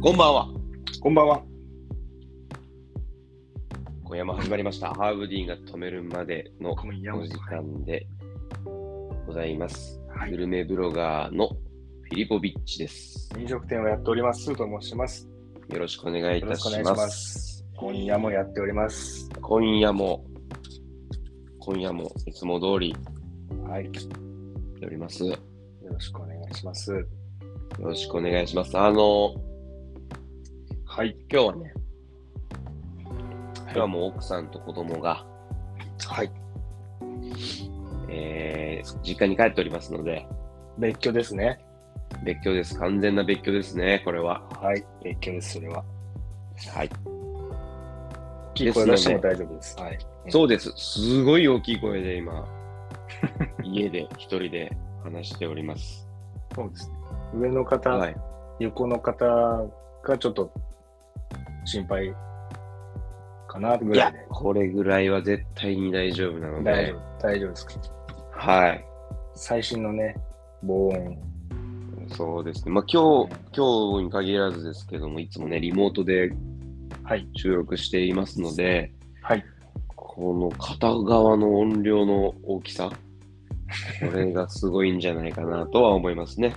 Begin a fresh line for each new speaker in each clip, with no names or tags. こんばんは。
こんばんは。
今夜も始まりました。ハーブディーンが止めるまでの
今夜
お時間でございます。
はい
グルメブロガーのフィリポビッチです。
飲食店をやっております。スーと申します。
よろしくお願いいたし
よろしくお願
ま。
いします今夜もやっております。
今夜も、今夜もいつも通り
はい。よ
やります。よ
ろしくお願いします。
ろしくお願いします。あの、
はい。
今日はね、今日は
は
もう奥さんと子供が、
い。
えー実家に帰っておりますので、
別居ですね。
別居です。完全な別居ですね、これは。
はい。別居です、それは。
はい。
大きい声出しても大丈夫です。はい。
そうです。すごい大きい声で今、 家で一人で話しております。
そうですね。上の方、
はい。
横の方がちょっと心配かな
い
ぐら
や
いで。、
これぐらいは絶対に大丈夫なので。
大丈夫。大丈夫ですか。
はい。
最新のね、防音。
そうですね。まあ今日、今日に限らずですけども、いつもね、リモートで
はい。
収録していますので、
はい。
この片側の音量の大き さ、これがすごいんじゃないかなとは思いますね。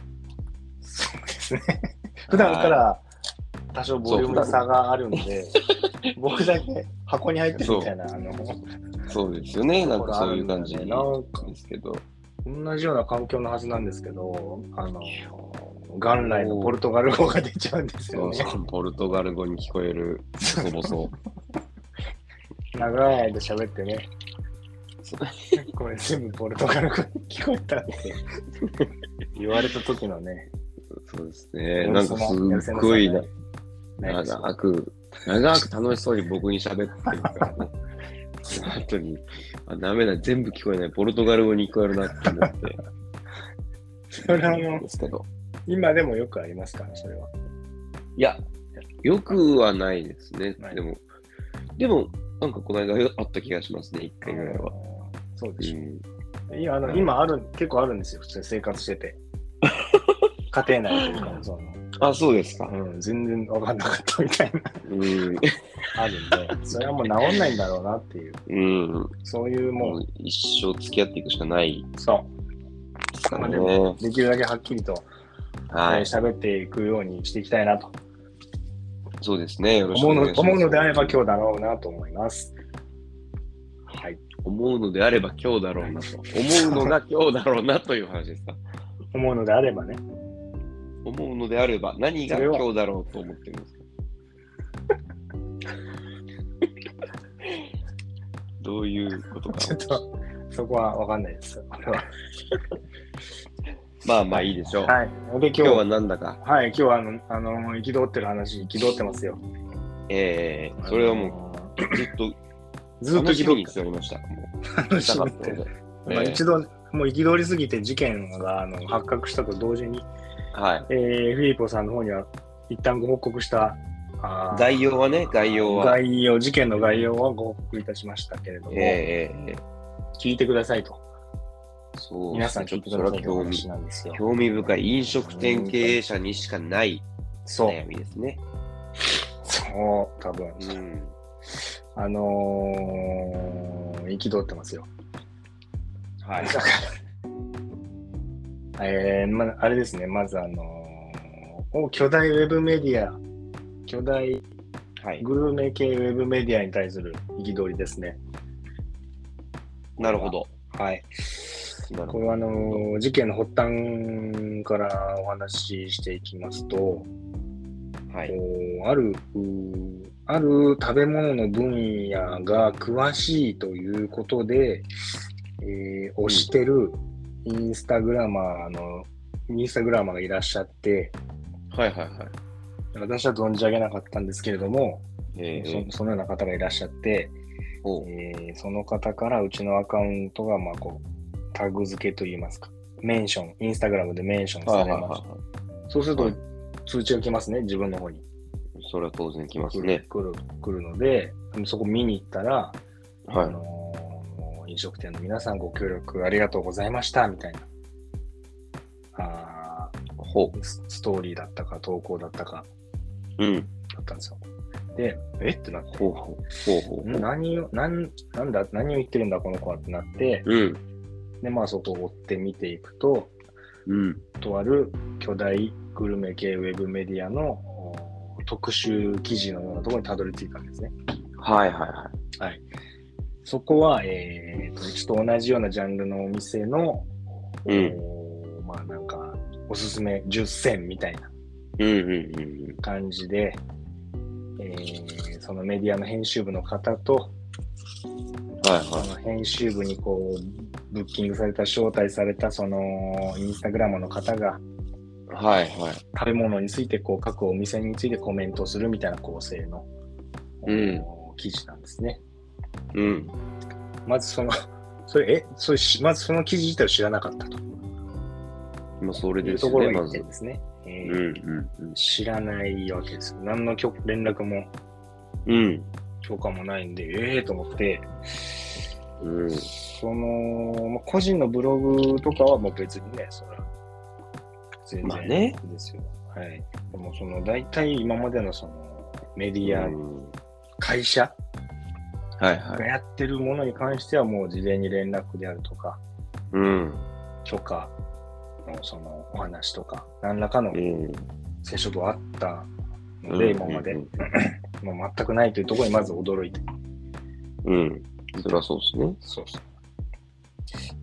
そうですね。 普段から多少ボリュームの差があるんで、僕だけ箱に入ってるみたいな、あの、
そうですよね。なんかそういう感じ
と
で
ころがあるんだよ
すけど。
な。同じような環境のはずなんですけど、あの、元来のポルトガル語が出ちゃうんです
そ
よ
う
ね。
そう、ポルトガル語に聞こえる、ボソボソ。
長い間喋っ てね
そ。
これ全部ポルトガル語に 聞こえたって言われた時のね、
そうですね。なんかすっごいな長く、長く楽しそうに僕に喋ってるからね。その後に、あ、ダメだ、全部聞こえない。ポルトガル語に聞こえるなって思って。
それはあの
ですけど。
今でもよくありますから、それは。
いや、よくはないですね
な。い
でも、でも、なんかこの間あった気がしますね、一回ぐらいは。
そうで
う
しょ。
ん。
いやあの、
うん
今ある、結構あるんですよ、普通に生活し てて。家庭内というか、そ
あ、そうですか。
の、うん、全然分かんなかったみたいな、
うん。
あるんで、それはもう治んないんだろうなっていう、
うん。
そういう
も
もう、
う一生付き合っていくしかない
そ
ですからね。
まあう、できるだけはっきりと
は
えー
い。
喋、っていくようにしていきたいなと
そうですね。よろしくお
思うの
願いします
思うのであれば今日だろうなと思います。はい、
思うのであれば今日だろうなと。思うのが今日だろうなという話ですか。
思うのであればね、
思うのであれば何が
それは
今日だろうと思ってるんです かどういうことか
ち。ょっとそこは分かんないです。これは
まあまあいいでしょう。
はい、で
今
今日
日は
は、
なんだか、
はい、今日はあの、あの憤ってる話、憤ってますよ。
えー、それはも
う
うずっと
ずっと
楽しみ
憤
に
っ
しておりました。も
楽
うし
した
か
み
ってたので。
まあ、
えー
一度、もう憤りすぎて事件があの発覚したと同時に、
はい。
えーフィリポさんの方には一旦ご報告したあー
概要はね、概要は。
概要事件の概要はご報告いたしましたけれども、
えーえーえー
聞いてくださいと、
そう
皆さん
ちょ
聞い
っと
て
そ
く
れ
だ
は
さいという
興味
話なんですよ。
興味深い飲食店経営者にしかない
そう、
悩みですね。
そう、多分、
うん、
あのー、憤ってますよ。
はい。
えーまあ、あれですね、まずあのーお巨大ウェブメディア、巨大
はい、
グルメ系ウェブメディアに対する憤りですね。
なるほど。
はい。
なる
こ
ほ
れはあのー事件の発端からお話ししていきますと、
ど。はい。
こうあるうーある食べ物の分野が詳しいということで、えー推してるインスタグラマーの、インスタグラマーがいらっしゃって、
はいはいはい。
私は存じ上げなかったんですけれども、
えー、
そそのような方がいらっしゃって、
おう
えーその方からうちのアカウントがまあこうタグ付けといいますか、メンション、インスタグラムでメンション
は
さ
い
れ
はい
ま
は
した。そうする
はい
と通知が来ますね、自分の方に。
い。それは当然きます
来る,、
ね。
来る来るので、そこ見に行ったら、
は
あ
い。
のー飲食店の皆さんご協力ありがとうございましたみたいなあ
ほう。
ースストーリーだったか投稿だったか
うん。
だったんですよ。で、えってなって、
ほうほう。ほうほう。
ん何を、何、なんだ、何を言ってるんだ、この子はってなって、
うん。
で、まあそこを追って見ていくと、
うん。
とある巨大グルメ系ウェブメディアのお特集記事のようなところにたどり着いたんですね。
はいはいは
そこは、えーと、ちょっと同じようなジャンルのお店の、
うん。
おーまあなんか、おすすめ10選みたいない
うんうんうんうん。
感じで、えーそのメディアの編集部の方と、
はい
そ
は
の編集部にこう、ブッキングされた、招待された、その、インスタグラムの方が、
い。はいはい。
食べ物について、こう、各お店についてコメントするみたいな構成の、
うん
お記事なんですね。
うん。
まずその、 それ、え、それし、まずその記事自体を知らなかったと
まあ、それ
い
で
う
す
ところ
ね、
が
ま
一
ず
点。ですね。え
う
ー
んうん
知らないわけですよ。何の許連絡も
うん。
許可もないんで、ええと思って、
うん。うん。
その、まあ個人のブログとかはもう別にね、それは全
まあね
然ですよ。はい。でもその、大体今までのその、メディア、
うん
会社
はいは
が
い。
やってるものに関してはもう事前に連絡であるとか、
うん。
許可のそのお話とか、何らかの
うん。
接触はあったので、今まで、 もう全くないというところにまず驚いて。
うん。うん。そりゃそうですね。
そうそう。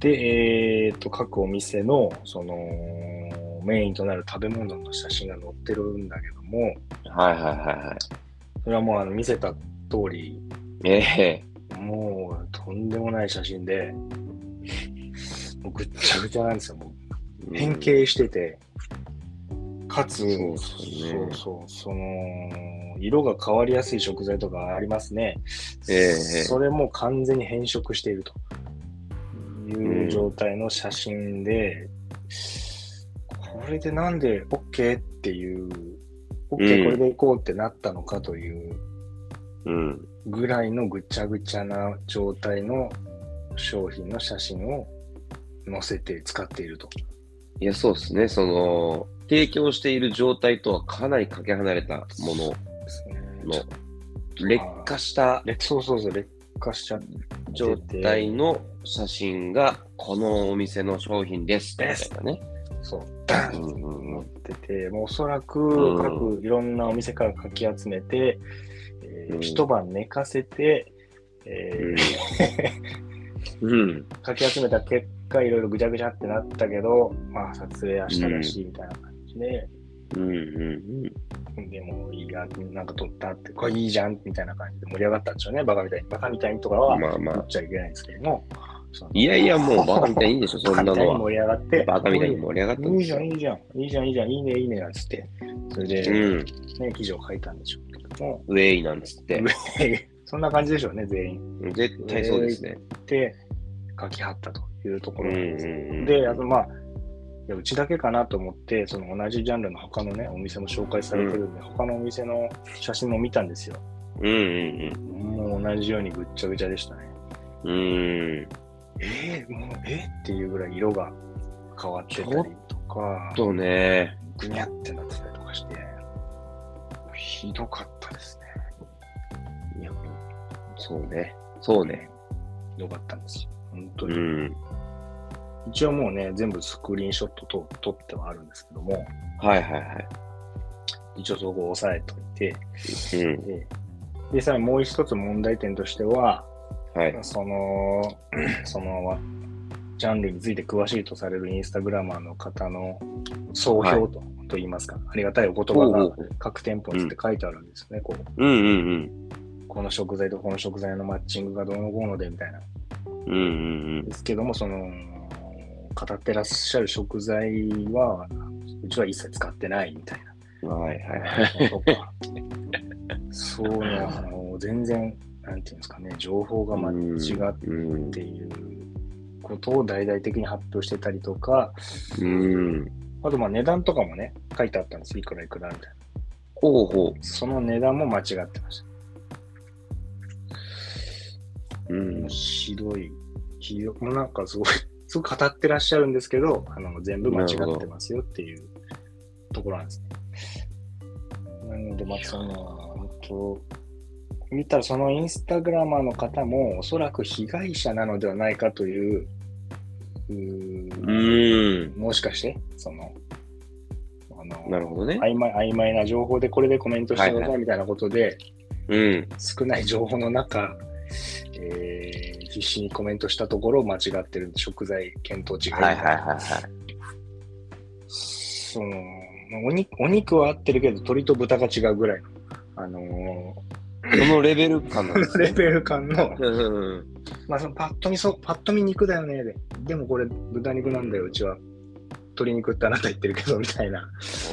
で、えっと、各お店の、その、メインとなる食べ物の写真が載ってるんだけども、
はいはいはいはい。
それはもうあの見せた通り、
ええ
もうとんでもない写真で、もうぐっちゃぐちゃなんですよ。もう変。形してて、かつ、
そうっすね
そうそうその、色が変わりやすい食材とかありますね。
ええええ
それも完全に変色しているという状態の写真で、これでなんで OK っていう、
う
OK
ん
これでいこうってなったのかという
うん。
ぐらいのぐちゃぐちゃな状態の商品の写真を載せて使っていると。
いや、そうですね。その、提供している状態とはかなりかけ離れたもの
ですね
の、劣化した
劣そうそうそう、劣化しちゃって
状態の写真が、このお店の商品です。みたいなね。
そう、ダン
うんうん
持
う
っ
ん
てて、もうおそら
う
く
ん
各いろんなお店からかき集めて、えー
うん
一晩寝かせて、え
うん。
ーかき集めた結果、いろいろぐちゃぐちゃってなったけど、まあ、撮影はしたらしいみたいな感じで、
うんうん
でもいいや、なんか撮ったって、これいいじゃんみたいな感じで盛り上がったんでしょうね、バカみたいに。バカみたいにとか
う
は
ん。
言
まあまあ
っ。ちゃいけないんですけども。その
いやいや、もうバカみたいにいいでしょ、そんな
バカみた
の
いに
は。
盛り上がって、
バカみたいに盛り上がったん
い
で
い
す
じ
よ
ゃん、いいじゃん、いいじゃん、いいじゃん、いいね、いいね、なんつって。それで、
うん。
ね、記事を書いたんでしょうけども、
ウェイなんつって。
そんな感じでしょうね、全員。
絶対そうですね。
で、書きはったというとこ
うん
ろ
う
なんです。
んうん。
で、あとまあ、いやうちだけかなと思って、その同じジャンルの他のね、お店も紹介されてるんで、他のお店の写真も見たんですよ。
うんうん
もう同じようにぐっちゃぐちゃでしたね。
うん。うん。
えー、もう、えーっていうぐらい色が変わってたりとか、
とね、
ぐにゃってなってたりとかして、ひどかったですね。
いやそうね。そうね。
ひどかったんですよ。本当
う
に。
ん。
一応もうね、全部スクリーンショットと撮ってはあるんですけども、
はいはいは
一応そこを押さえといて、
い。うん。
で、でさらにもう一つ問題点としては、
はい。
その、 その、ジャンルについて詳しいとされるインスタグラマーの方の総評と、と言いますか、ありがたいお言葉
ほう
が
ほうほう
各店舗について書いてあるんですよね、こう。
うんうん
この食材とこの食材のマッチングがどうのこうのでみたいな。
うん。うんうんうん
で。すけども、その、語ってらっしゃる食材は、うちは一切使ってないみたいな。
はいはい。
そうね、あの全然、なんていうんですかね、情報が間違っ
うん
ていることを大々的に発表してたりとか、
うん。
あとまあ値段とかもね、書いてあったんですよ、いくらいくらみたいな。
ほうほ
その値段も間違ってました。
う。うん。
ひどい、ひどい、もうなんかすごい、 すごい語ってらっしゃるんですけど、あの全部間違ってますよっていうところなんですね。ななので、まあ、その、えっと、見たらそのインスタグラマーの方も、おそらく被害者なのではないかという、う
う
ー
ーん。
もしかして、その、あの、
なるほどね。
曖昧曖昧な情報でこれでコメントしてくだ
はい
さ
はい
みたいなことで、
うん。
少ない情報の中、えー必死にコメントしたところ間違ってる食材検討違い、
はいはいはいはい。
そのお肉お肉は合ってるけど鶏と豚が違うぐらいの、あの
そのレベル感なんで
ー
す
レ
ね。
ベル感の,、
うんうんうん。
まあ、そのパッと見そうパッと見肉だよねででもこれ豚肉なんだようちは鶏肉ってあなた言ってるけどみたいな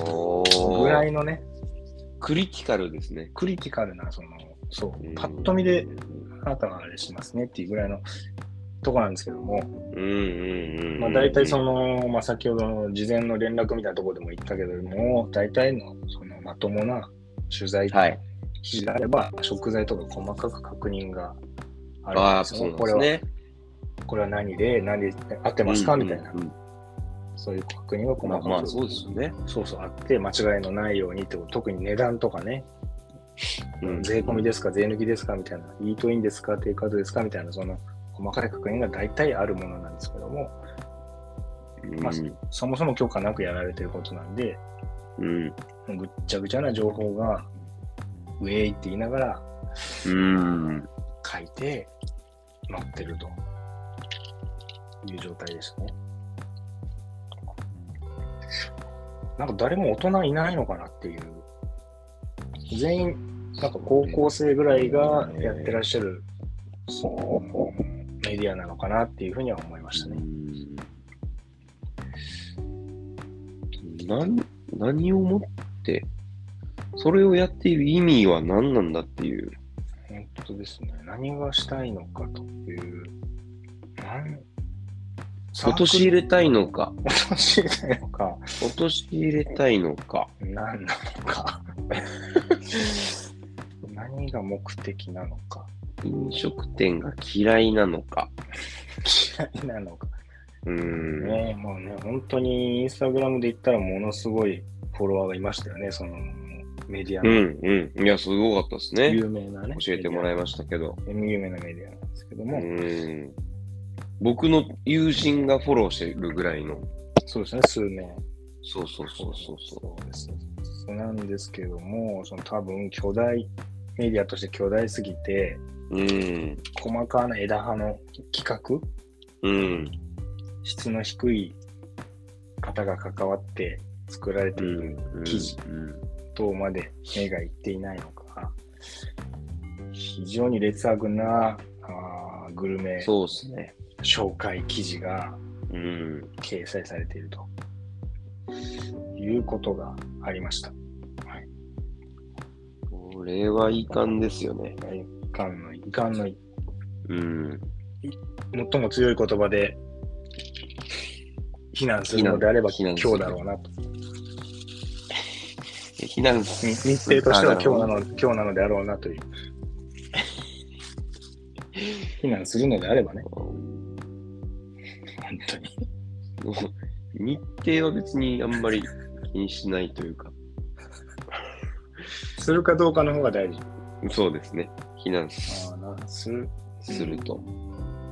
お
ぐら
ー。
いのね
クリティカルですね。
クリティカルなそのそううんパッと見であなたはあれしますねっていうぐらいのとこなんですけども、
うんうんうん。
まあ、大体その、まあ、先ほどの事前の連絡みたいなところでも言ったけれども、大体のそのまともな取材
はい。
記事であれば、食材とか細かく確認がある
あ
ん
あ、
です
そう
よ。
なん
こ
で
れ
す
は、
ね。
これは何で、何で合ってますか、みたいな
う、んうん
そういう確認が
うん。
細
まあ
かく、
まあ、そうですよね。
そうそうあって、間違いのないようにってこと、特に値段とかね、
うん
税込みですか、税抜きですかみたいな、イートインですか、テイクアウトですかみたいな、その細かい確認が大体あるものなんですけども、
うん
まあそもそも許可なくやられてることなんで、
うん。
ぐっちゃぐちゃな情報が、ウェイって言いながら
うん。
書いて、載ってるという状態でしたね。なんか誰も大人いないのかなっていう。全員、なんか高校生ぐらいがやってらっしゃる、そうメディアなのかなっていうふうには思いましたね。
何何をもって、それをやっている意味は何なんだっていう。
本当ですね。何がしたいのかという。なん
落とし入れたいのか、
落とし入れたいのか。
落とし入れたいのか。
何なのか何が目的なのか
飲食店が嫌いなのか。
嫌いなのか
うーん。
ねもうね本当にインスタグラムで言ったらものすごいフォロワーがいましたよねそのメディア
う
の
んうん。いや、すごかったですね。
有名なね、
教えてもらいましたけど。
メディア有名なメディアなんですけど
う
も、
ーん。僕の友人がフォローしてるぐらいの。
そうですね数名
そうそうそうそうそう。
そうですそうなんですけどもその多分巨大メディアとして巨大すぎて
うん。
細かな枝葉の企画
うん。
質の低い方が関わって作られている
うん。
記事
うん。
等まで目がいっていないのか、非常に劣悪なあーグルメ
そうですね。
紹介記事が
うん。
掲載されているということがありました。
これは遺憾ですよね。
遺憾の遺憾の
うん。
最も強い言葉で非難するのであれば
非
今
難
日だろうなと。
避難
日
す
日程としては今日
の。
なの今日なのであろうなと いう。非難するのであればね、本当に。
もう日程は別にあんまり気にしないというか、
するかどうかの方が大事。
そうですね。避難
ああなする
すると。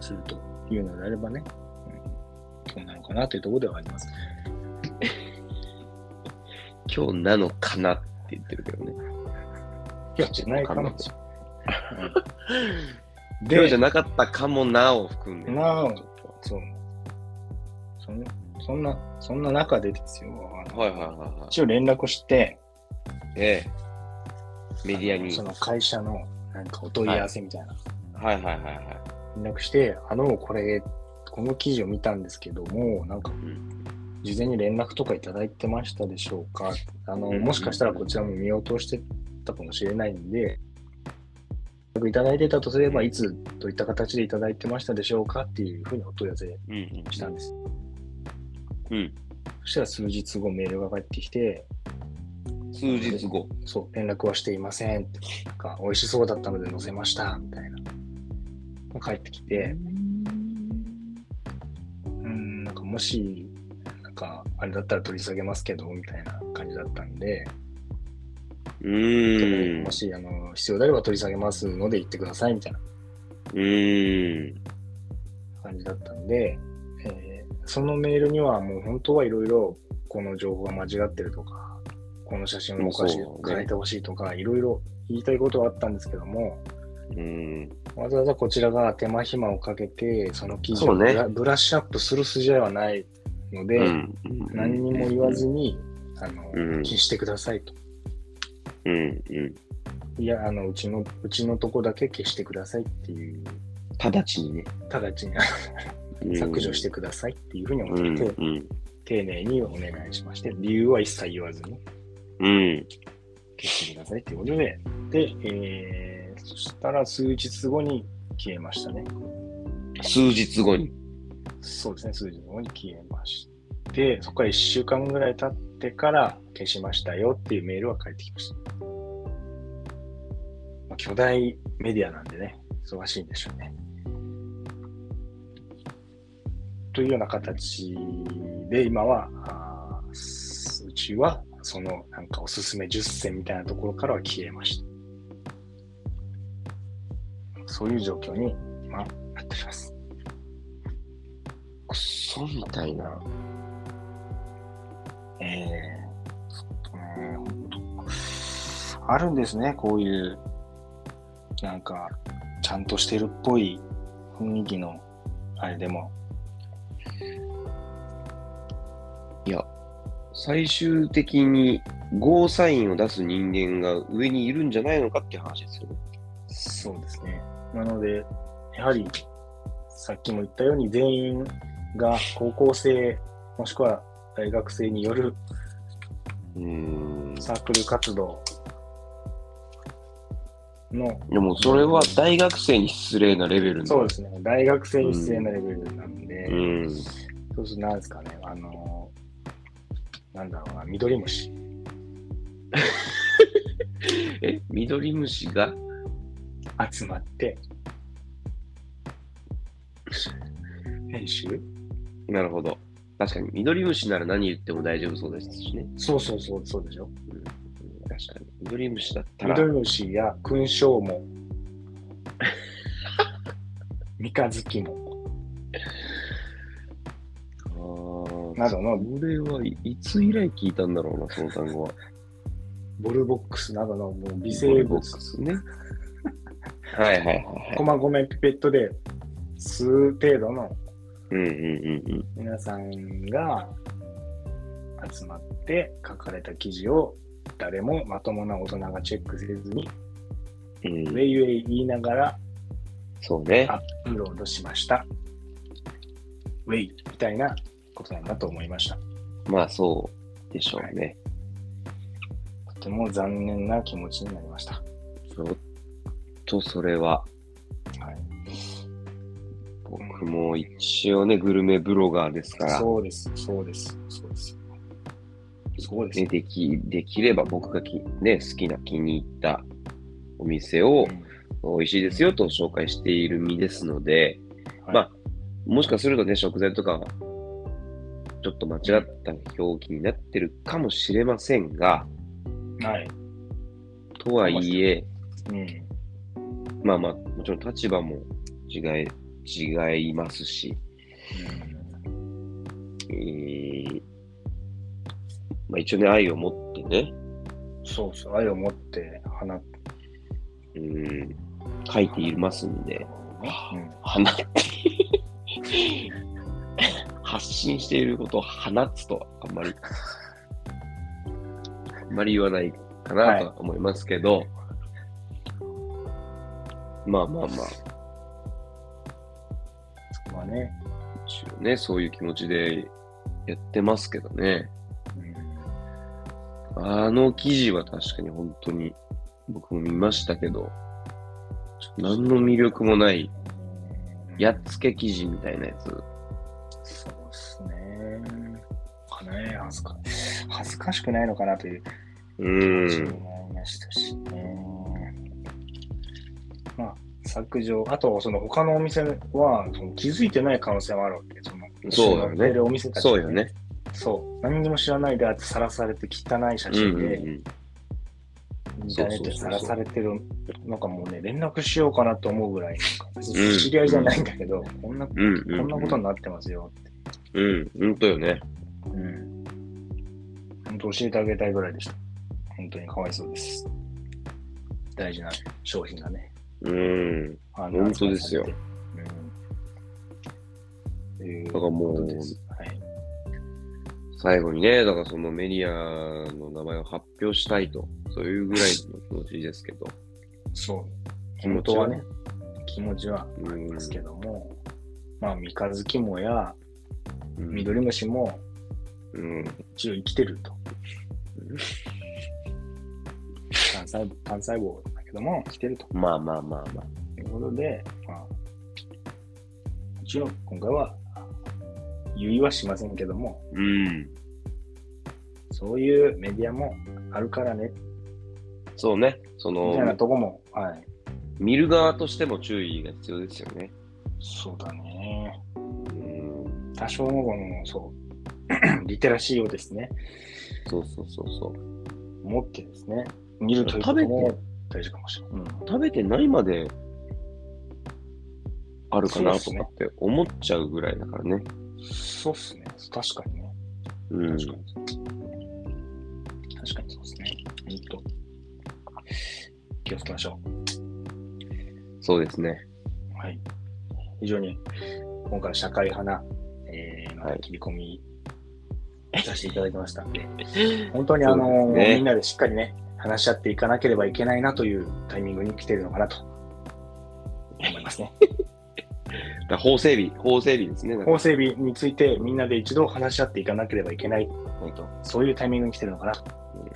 するというのであればね、うん、そうなのかなというところではあります。
今日なのかなって言ってるけどね。
今日じゃないかもしれ
今
な
日
い。
じゃ
で、
なかったかもなを含んで。
なお
ちょっと
そうそんそんな、そんな中でですよ、あの
はいはいはいはい。
一応連絡して、
ええ。メディア
あの
に。
その会社のなんかお問い合わせみたいな、
はいはいはいは
連絡して、あの、これ、この記事を見たんですけども、なんか、
ん
事前に連絡とかいただいてましたでしょうかあの、
うん
もしかしたらこちらも見落としてたかもしれないんで、連絡いただいてたとすれば、いつといった形でいただいてましたでしょうかっていうふうにお問い合わせ
い。うんうん。
したんです。
うん。
そしたら数日後メールが返ってきて、
数日後。
そう、連絡はしていませんって、なんか、美味しそうだったので載せました、みたいな。帰ってきて、うん、なんかもし、なんか、あれだったら取り下げますけど、みたいな感じだったんで、
ううーん。
もしあの必要であれば取り下げますので行ってくださいみたいな
うーん。
感じだったんで、えーそのメールにはもう本当はいろいろこの情報が間違ってるとか、この写真をおかしい
もうそうだね
変えてほしいとか、いろいろ言いたいことはあったんですけども、
うん。
わざわざこちらが手間暇をかけて、その記事を
そう
ブ
ね
ラ,、ブラッシュアップする筋合いはないので、
うん
何にも言わず。に、あの、
うん
消してくださいと。
うん。うん。
いや、あの、うちの、うちのとこだけ消してくださいっていう、
直ちにね。
直ちに
うん
削除してくださいっていうふうに
う
思
ん
って、
うん。
丁寧にお願いしまして、理由は一切言わずに
うん。
消してくださいっていうことで、で、えー、そしたら数日後に消えましたね。
数日後に。
そうですね、数日後に消えまして、そこから1週間ぐらい経ってから消しましたよっていうメールは返ってきました。まあ、巨大メディアなんでね、忙しいんでしょうね。というような形で、今は、あーすうちは、そのなんかおすすめ10選みたいなところからは消えました。そういう状況に今なっております。
クソみたいな。
ええうんあるんですね、こういう、なんか、ちゃんとしてるっぽい雰囲気の、あれでも。
いや、最終的にゴーサインを出す人間が上にいるんじゃないのかって話ですよね。
そうですね。なので、やはり、さっきも言ったように、全員が高校生、もしくは大学生による
うーん。
サークル活動の、
でもそれは大学生に失礼なレベルの。
そうですね、大学生に出演なレベルなんで、
うん。
そうそう、なんですかね、あのーなんだろうな、緑虫。
え、緑虫が
集まって、編集
なるほど。確かに、緑虫なら何言っても大丈夫そうですしね。
そうそうそう、そうでしょ。
確かに。緑虫だったら。
緑虫や勲章も、三日月も、
あー
などの
それはいいつ以来聞いたんだろうな、その単語は。
ボルボックスなどのもう微生
ボ
物
ッ、クスね。はいはいはいはい。
駒込ピペットで数程度の
うんうんうんうん。
皆さんが集まって書かれた記事を誰もまともな大人がチェックせずに
うん
ウェイウェイ言いながら
そうね
ア。ップロードしました。ウェイみたいなことなんだと思いました。
まあそうでしょうね。
とても残念な気持ちになりました。は
ちょっとそれは、
い、
僕も一応ね、グルメブロガーですから、
そうです、そうです、そうです。そうです
ね、。できできれば僕がき、ね、好きな気に入ったお店を
うん
美味しいですよと紹介している身ですので、
はい
まあ、もしかするとね、食材とか、ちょっと間違った表記になってるかもしれませんが、
はい。
とはいえ、
うん。
まあまあ、もちろん立場も違い、違いますし、えーまあ一応ね、愛を持ってね、
そうそう、愛を持って放っ
うん、書いていますんで、
うん
放って、発信していることを放つとはあんまり、あんまり言わないかなとは思いますけど、まあまあまあ、
まあね、
一応ね、そういう気持ちでやってますけどね、
うん
あの記事は確かに本当に僕も見ましたけど、何の魅力もない、やっつけ記事みたいなやつ。
そうですね。かね、恥ずか恥ずかしくないのかなという
う
気持ち
ん。
になりましたしね。まあ、削除、あと、その他のお店はその気づいてない可能性もあるわけ。その
そうだよね
一緒に乗ってるお店たちが
そうよね。
そう。何にも知らないで、あってさらされて汚い写
うん
真
うん
で、
うん。
インターネットにさらされてるのかもうね、連絡しようかなと思うぐらい、なんか、
うん
知り合いじゃないんだけど、こんな、こ
うんうんうん
んなことになってますよって。
うん、本当よね。
うん。本当教えてあげたいぐらいでした。本当にかわいそうです。大事な商品がね。
うん。
本
本当ですよ。
うん。え
だからもう、
はい。
最後にね、だからそのメディアの名前を発表したいと、そういうぐらいの気持ちですけど。
そう。
気
本
持
当
ち
は
は
ね
ね、
気持ちはありますけども、まあ、三日月もや、
うん
緑虫も
うん。
一応生きてると
う。
単細単細胞だけども、生きてると。
まあまあまあまあ。
ということで、まあ、もちろん今回は、言いはしませんけども、
うん。
そういうメディアもあるからね、
そうね。そ
みたいな
の、
とこも、はい。
見る側としても注意が必要ですよね。
そうだね。
うん。
多少のこの、そう、 リテラシーをですね、
そうそうそうそう。
持ってですね、見るということも大事かもしれない。
食べてないまであるかなとかって思っちゃうぐらいだからね。
うんそうっすね。確かにね。
うん。
確かに。確かにそうですね。ほんと。気をつけましょ
そうですね。
う。はい。非常に、今回社会派な、えー、ま
は
た
い
切り 込み、させていただきましたんで、本当にあの
そうですね
みんなでしっかりね、話し合っていかなければいけないなというタイミングに来てるのかなと思います ね。
だから法整備、法整備ですね。だから
法整備についてみんなで一度話し合っていかなければいけない、えっとそういうタイミングに来てるのかなと思い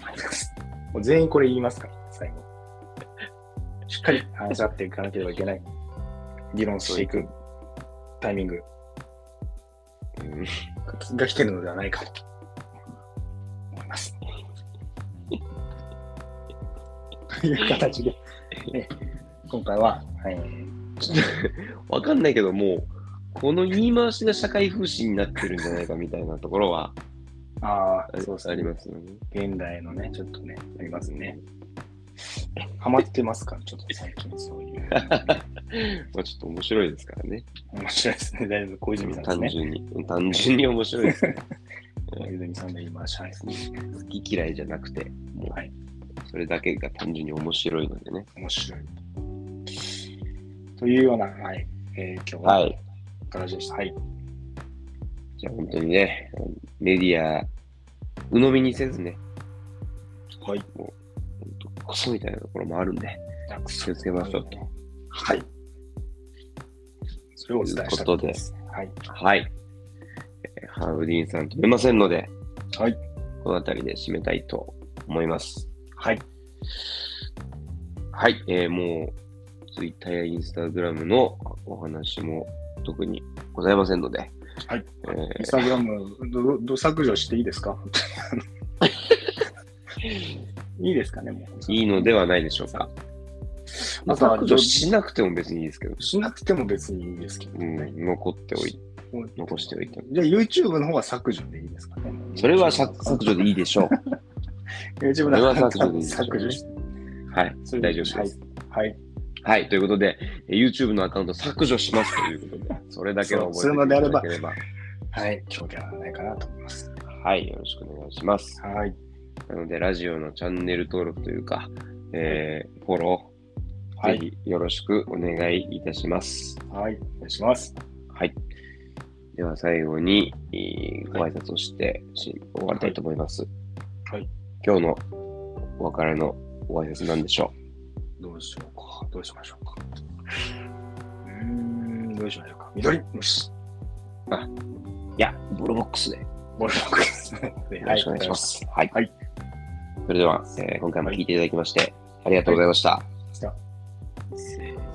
ます。もう全員これ言いますから、 最後。しっかり話し合っていかなければいけない。議論していくタイミング
うん
が来てるのではないかと思 います。という形で、ね、今回は、はい、
わかんないけど、もう、この言い回しが社会風刺になってるんじゃないかみたいなところは
あ
あ
あ、そうです
あ
ね
り。ますよね。
現代のね、ちょっとね、ありますね。ハマってますから、ちょっと最近そう いう。
まあちょっと面白いですからね。
面白いですね。だいぶ小泉さんです
単
ね。
純に。単純に面白いですね。
小泉さんの言い回し、はい。
好き嫌いじゃなくて、も、
はいう
それだけが単純に面白いのでね。
面白い。というような、はい。えー今日は、
はい
形でした。はい。
じゃあ本当にね、メディア、鵜呑みにせずね、
はい。
本当クソみたいなところもあるんで、気をつけましょうと。
はい。それをお伝えしたかったす。はい。
はい。えーハーブディーンさん止めませんので、
はい。
この辺りで締めたいと思います。
はい。
はい、えーもう、ツイッターやインスタグラムのお話も特にございませんので、
はい。
え
インスタグラム、ど、ど削除していいです かいいですかね、もう。
ーいいのではないでしょうか。まあ、
とは
削除しなくても別にいいですけど、
しなくても別にいいんですけど
う
ね。
ん、残っておい
もう
残しておいて。
じゃあ YouTube の方は削除でいいですかね。
それは削削除でいいでしょう。
YouTube
それ
の
は
方は
削除でいいでしょう
削除して。
はい、
それ
大丈夫です。
はい。はい。
はい、ということで、えー YouTube のアカウント削除しますということで、それだけは覚えておいていただければ、
はい。今日ではないかなと思います。
はい、よろしくお願いします。
はい。
なので、ラジオのチャンネル登録というか、えーフォロー、
はい。
ぜひよろしくお願いいたします。
はい。お願いします。
はい。では最後に、えーご挨拶をして、し終わりたいと思います。
はい。
今日のお別れのご挨拶なんでしょ
どうしようか。どうしましょうか。うーん、どうしましょうか。緑虫。
ういや、ボロボックスでよ
ボルボックス。よ
ろしくお願いしま。す。はい。
はい
それでは、えー今回も聞いていただきまして、ありがとうございました。
さ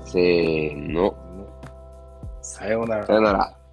せーの、
ようなら
さ。よなら。